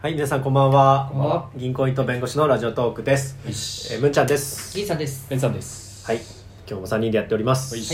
はい、皆さんこんばんは。こんばんは銀行員と弁護士のラジオトークです。よしえー、むんちゃんです。銀さんです。ベンさんですはい、今日も三人でやっております。はい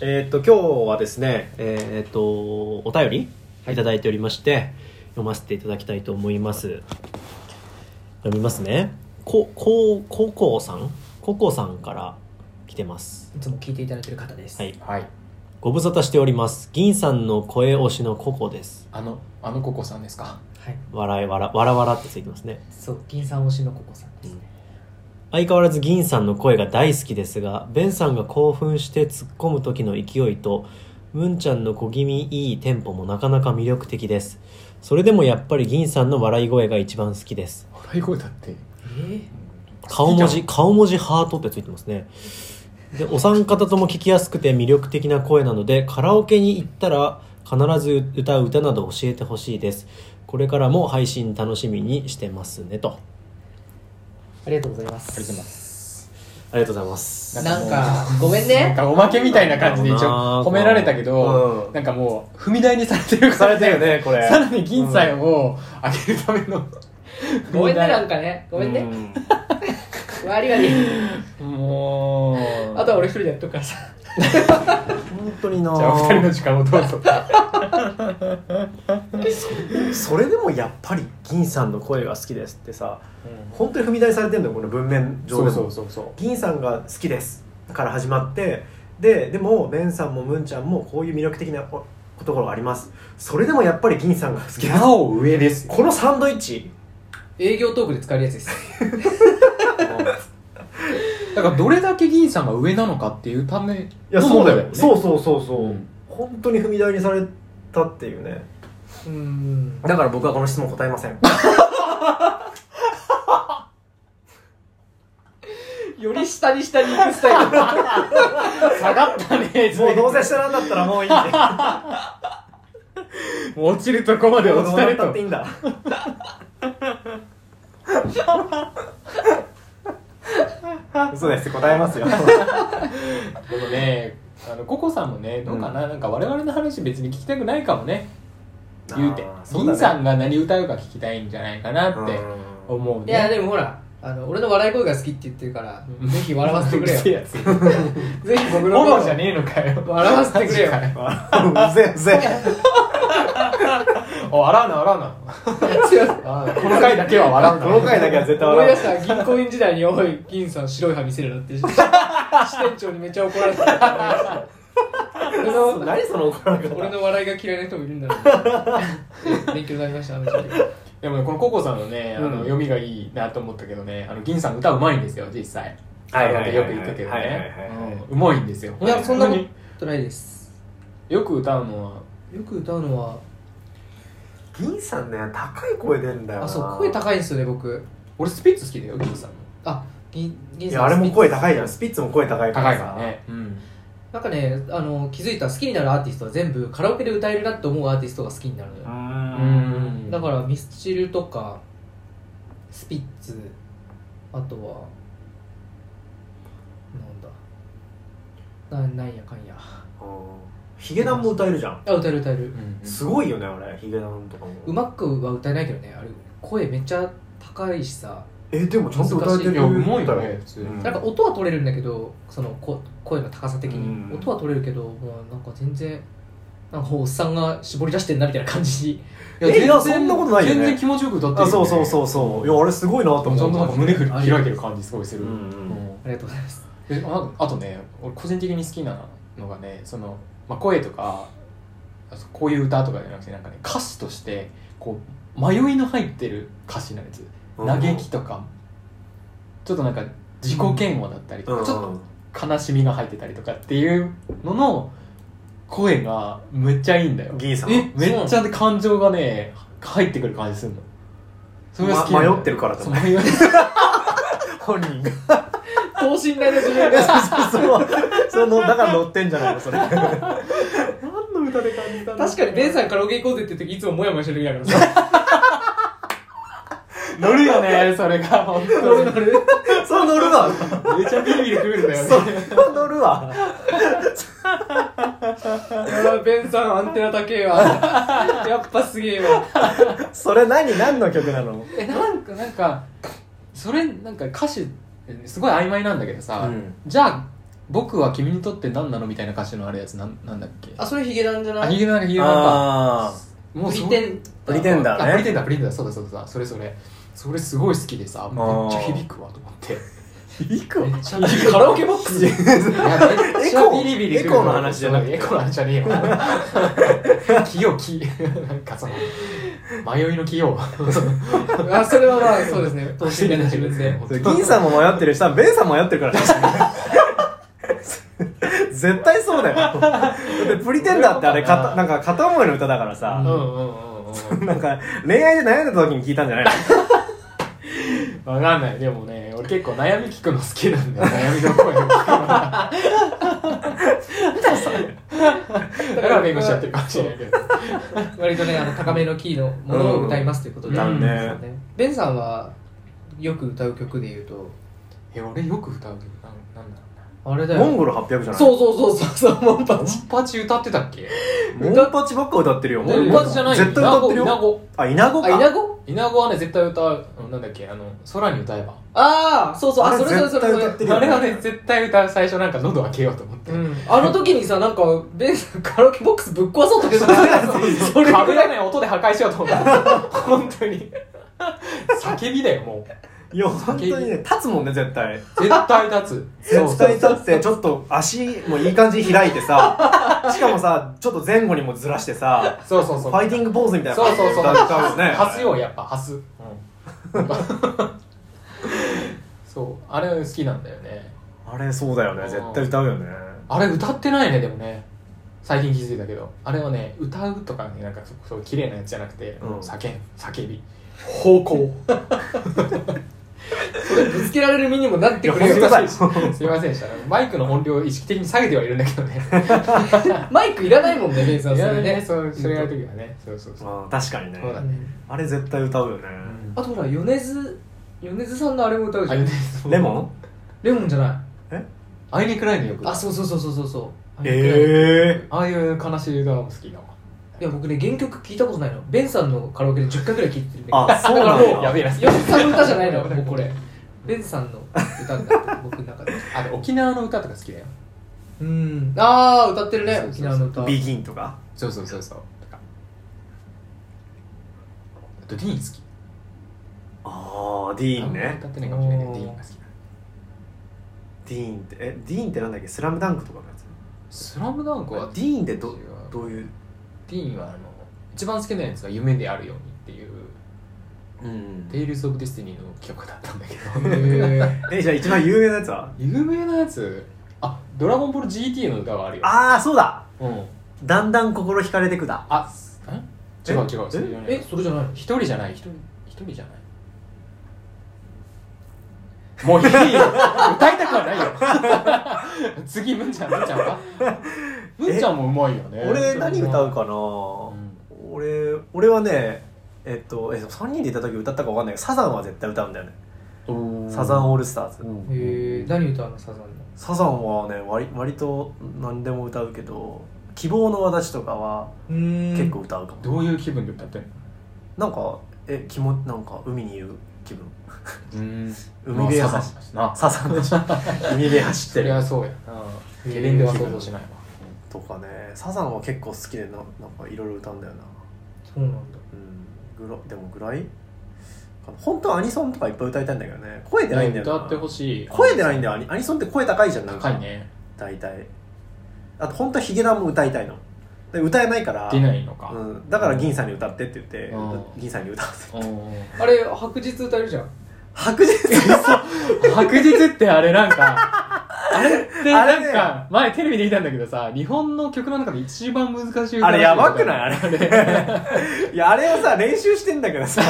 えーっと今日はですね、えーっとお便りいただいておりまして、読ませていただきたいと思います。読みますね。ここうここうさん、ここうさんから来てます。いつも聞いていただいてる方です。はい、はいご無沙汰しております。銀さんの声推しのここです。あのあのココさんですかはい。笑いわらわらわらってついてますね。そう、銀さん推しのココさんですね。相変わらず銀さんの声が大好きですがベンさんが興奮して突っ込む時の勢いとムンちゃんの小気味いいテンポもなかなか魅力的ですそれでもやっぱり銀さんの笑い声が一番好きです笑い声だってえ顔文字顔文字ハートってついてますねでお三方とも聞きやすくて魅力的な声なのでカラオケに行ったら必ず歌う歌など教えてほしいですこれからも配信楽しみにしてますねとありがとうございます。。ありがとうございますありがとうございますなんか、ごめんね。なんかおまけみたいな感じで一あ応ー褒められたけど、うんなんかもう踏み台にされてるされてるねこれさらに銀さんをあげるためのごめんね、なんかかね。ごめんうね。悪い悪い。もうあとは俺一人でやっとくからさ。本当になじゃあお二人の時間をどうぞそれでもやっぱり銀さんの声が好きですってさ本当に踏み台にされてるのよこの文面上でそもうそうそうそ銀さんが好きですから始まってででもベンさんもムンちゃんもこういう魅力的なおところがありますそれでもやっぱり銀さんが好きうですなお上ですよこのサンドイッチ営業トークで使えるやつです。だからどれだけ銀さんが上なのかっていうためいいやそうだよ、うそうそうそうそう、うん本当に踏み台にされたっていうねうーん。だから僕はこの質問答えません より下に下に行くスタイル。下がったねもうどうせしてなんだったらもういいんで もう落ちるとこまでもうど落ちうたなれったとっていいんだ嘘です答えますよでもねあのココさんもねどうかな、なんか我々の話別に聞きたくないかもね言うてあーそう銀、だねさんが何歌うか聞きたいんじゃないかなってう思うねいや、でもほら、あの、俺の笑い声が好きって言ってるからう、んぜひ笑わせてくれよ。う ぜるせえやひ僕つフのォこローとじゃねえのかよ笑わせてくれよマジかんうぜうぜお笑うな笑うなすいませんあーこの回だけは笑うなこの回だけは絶対思い笑 出うした銀行員時代に「おい銀さん白い歯見せるな」って支店長にめちゃ怒られてた 俺そうの何その怒られ俺方の笑いが嫌いな人もいるんだなって勉強になりましたあの授業でもねこのココさんのねあの、うん読みがいいなと思ったけどねあの銀さん歌うまいんですよ実際はいはいはいはいよく言ったけどはいはいはいはいねうんうまいんですよいやそんなこ本とないです当によく歌うのはよく歌うのは銀さんね高い声出るんだよなあそう声高いんですよね僕俺スピッツ好きだよ銀さんのあ銀銀いさんやあれも声高いじゃんススピッツも声高いか高らいさからね、うん、ピッツなんかねあの気づいた好きになるアーティストは全部カラオケで歌えるなって思うアーティストが好きになるのようーうんだからミスチルとかスピッツあとはなんだななんやかんやヒゲダンも歌えるじゃんあ歌える歌えるうんすごいよねあれヒゲダンとかもうまくは歌えないけどねあれ声めっちゃ高いしさえでもちゃんと歌えてるいやうまいよね普通にうんなんか音は取れるんだけどそのこ声の高さ的に、うん音は取れるけどもうなんか全然なんかおっさんが絞り出してんなみたいな感じいえいやそんなことないよね全然気持ちよく歌ってあるよねそうそうそうそういやあれすごいなとちゃん思とうなんか胸振り開いてる感じすごいすうる、んううんんありがとうございますえああとね俺個人的に好きなのがねその、まあ、声とかあそうこういう歌とかじゃなくてなんかね歌詞としてこう迷いの入ってる歌詞なんですうん嘆きとかちょっとなんか自己嫌悪だったりとか、うんちょっと悲しみが入ってたりとかっていうのの声がめっちゃいいんだよ銀さんえめっちゃ感情がね入ってくる感じするのそれが好きなんだよま迷ってるからだそねう迷い 本人が等身大の自分がそうそのだから乗ってんじゃないのそれ何の歌で感じ た確かにベンさんカラオケ行こうぜって言っていつもモヤモヤしてる時だからさ乗るよねそれが本当に俺の俺そう乗るわめちゃビリビリくるんだよねそう乗るわやば ベンさんアンテナ高えわやっぱすげえわそれ何何の曲なのえなんかなんかそれなんか歌詞すごい曖昧なんだけどさ、うんじゃあ僕は君にとって何なのみたいな歌詞のあるやつなんなんだっけあそれヒゲダンじゃあなヒいゲなんかヒゲなんかあもプリそテンプリテンダーあねプリテンダープリテンダーそうだそうだそうだそれそれそれすごい好きでさめっちゃ響くわと思って あいくめっちゃカラオケボックスいやめっちゃビリビリくるエコーの話じゃなくてエコーの話じゃねえよ気よ気なんかその迷いの気よあそれはまあそうですね年年齢齢の自の自分分でで銀さんも迷ってるしさベンさんも迷ってるからね絶対そうだよだってプリテンダーってあれ片なんか片思いの歌だからうんうさ、んうんうんうんなんか恋愛で悩んでた時に聞いたんじゃないのわかんないでもね俺結構悩み聞くの好きなんだよ悩みの声を聞くのがだから弁護士やってるかもしれないけど割とねあの高めのキーのものを歌いますということで、だうんねそうねベンさんはよく歌う曲で言うとえ俺よく歌うけどなんなんだろうなあれだよモンゴル800じゃないそうそうそうそうそうモンパモチンパチ歌ってたっけモンパチばっか歌ってるよモねンパチじゃないよ絶対歌ってるイナよゴあイナゴあかイナゴイナゴイナゴはね絶対歌うあのなんだっけあの空に歌えばああそうそうああれそれそれそれ絶対歌ってるよあれはね絶対歌う最初なんか喉開けようと思ってうん、あの時にさなんかベンさんカラオケボックスぶっ壊そうとしてた それ壁がね音で破壊しようと思って 本当に叫びだよもういや本当にね立つもんね絶対絶対立つ絶対立そうそうそっうてちょ っと足もいい感じに開いてさしかもさちょっと前後にもずらしてさそうそうフそうァイティングポーズみたいなそうそうそう歌歌うよねハスよやっぱハス、 そうあれ好きなんだよねあれそうだよね絶対歌うよねあれ歌ってないねでもね最近気づいたけどあれはね歌うとかねなんかそそう綺麗なやつじゃなくて、うん叫ん叫び方 向ぶつけられる身にもなってくれいよや本当だ よすいませんでしたマイクの音量を意識的に下げてはいるんだけどねマイクいらないもんねベンさんいそやれねねそうそれやる時はねそうそうそうあー確かにねそうだねあれ絶対歌うよねあとほら米津米津さんのあれも歌うじあゃれんねレモンレモンじゃないアイニクラインのよくあそうそうそうそうそうそうええああいう悲しい歌も好きだわいや僕ね原曲聞いたことないのベンさんのカラオケで10回ぐらい聞いてるんだけどあそうなだからんだやべえなヨシさんの歌じゃないのもうこれベンさんの歌になってる僕の 中であれ沖縄の歌とか好きだようんああ歌ってるねそうそう沖そう縄の歌ビギンとかそうそうそうそうとかあとディーン好きああディーンあんまりね歌ってないかもしれないけどおデーィーンが好きなディーンってえディーンってなんだっけスラムダンクとかのやつスラムダンクはディーンってどディーンはどういうディーンはあの一番好きなやつが夢であるようにっていううんテイルズ・オブ・ディスティニーの曲だったんだ けへどーえじゃあ一番有名なやつは有名なやつあドラゴンボール GT の歌はあるよああそうだうんだんだん心惹かれてくだあすん違う違うそれじゃないえそれじゃないの一人じゃない一人一人じゃないもういいよ歌いたくはないよ 次むんちゃんむんちゃ んはむんちゃんもうまいよね俺何歌うかな、うん俺俺はねえっとえ3人でいた時歌ったか分かんないけどサザンは絶対歌うんだよねサザンオールスターズ、へえ何歌うのサザンのサザンはね割割と何でも歌うけど「希望の私」とかはうん結構歌うかも、どういう気分で歌ってんのなんかえ気もなんか海にいる気分うん海辺まあサザ走ンだしなサザンでしょ海辺走ってそりゃるそうやなへーゲレンデは想像しないわとかねサザンは結構好きでななんかいろいろ歌うんだよなそうなんだうんぐらでもぐらいかな本当はアニソンとかいっぱい歌いたいんだけどね声でないんだよな、歌ってほしい声でないんだよアニアニソンって声高いじゃんなんか高いね大体あと本当はヒゲダンも歌いたいので歌えないから出ないのかうん、だから銀さんに歌ってって言って、うん銀さんに歌わせてうんあれ白日歌えるじゃん白日 白日ってあれなんか、あれってあれなねんか、前テレビで見たんだけどさ、日本の曲の中で一番難しい歌らしいよあれやばくないあれ。いやあれをさ練習してんだけどさ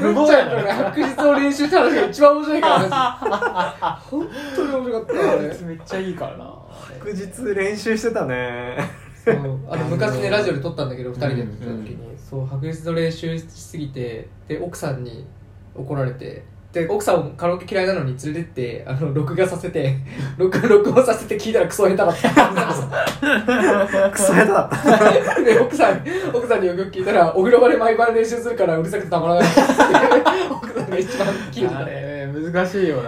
無謀やな。 白日を練習したのが一番面白いから 本当に面白かったあれめっちゃいいからな。白日練習してたね そうあの昔ねラジオで撮ったんだけど2人で撮った時に、うそう白日の練習しすぎてで奥さんに怒られて「で奥さんもカラオケ嫌いなのに連れてってあの録画させて録録音させて聞いたらクソ下手だったクソ下手だった で奥さん奥さんによく聞いたらお風呂場で毎晩練習するからうるさくてたまらない 奥さんが一番聞いてあたねれ難しいよな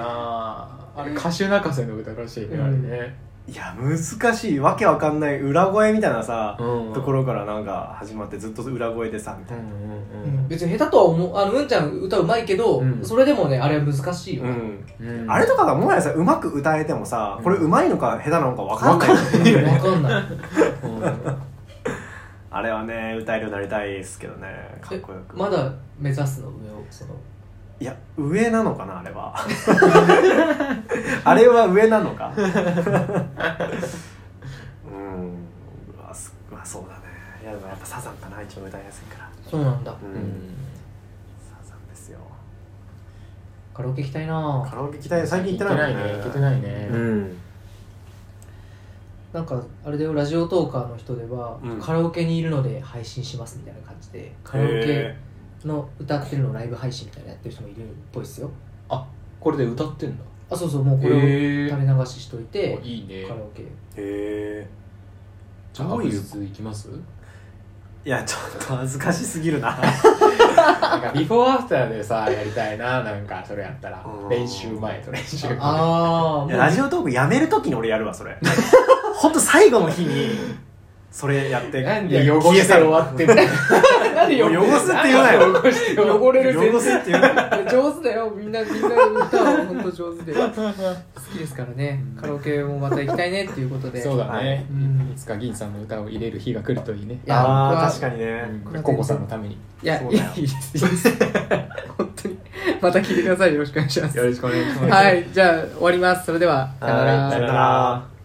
あれ歌手泣かせの歌らしいね、あれね、いや難しいわけわかんない裏声みたいなさ、うんところからなんか始まってずっと裏声でさみたういんな、うん別に下手とは思うあのうんちゃん歌うまいけど、うんそれでもねあれは難しいよ、うんうんうんあれとかがもはやさうまく歌えてもさこれうまいのか下手なのかわかんわない、かんないよね分かんないあれはね歌えるようになりたいですけどねかっこよく、まだ目指すの上をそのいや上なのかなあれは あれは上な のかうんうわすまあそうだねいやでもやっぱサザンかな一番歌いやすいからそうなんだうん、うんサザンですよカラオケ行きたいなカラオケ行きたい最近行ってないもんね行けてないね行けてないねんなんかあれだよラジオトーカーの人では、うんカラオケにいるので配信しますみたいな感じでカラオケへの歌ってるのをライブ配信みたいなやってる人もいるっぽいっすよこれで歌ってんだあそうそうもうこれをへ垂れ流ししといてお、いいねカラオケえへえじゃあどういうアブス行きますいやちょっと恥ずかしすぎるななんかビフォーアフターでさやりたいななんかそれやったらうん練習前と練習後あいやラあジオトークやめるときに俺やるわそれほんと最後の日にそれやってなんで汚して終わってんの何よ汚すって言うなよ汚して終わっ汚れる汚せっていうの上手だよみんなみんな歌は本当上手で好きですからねカラオケもまた行きたいねっていうことて でそうだねういんつか銀さんの歌を入れる日が来るといいねいや僕あはあ確かにね、うんココさんのためにいやそういだよいですいいです本当にまた聞いてくださいよろしくお願いしますろしくお願いしまはいじゃあ終わりますそれではさよならはいさよなら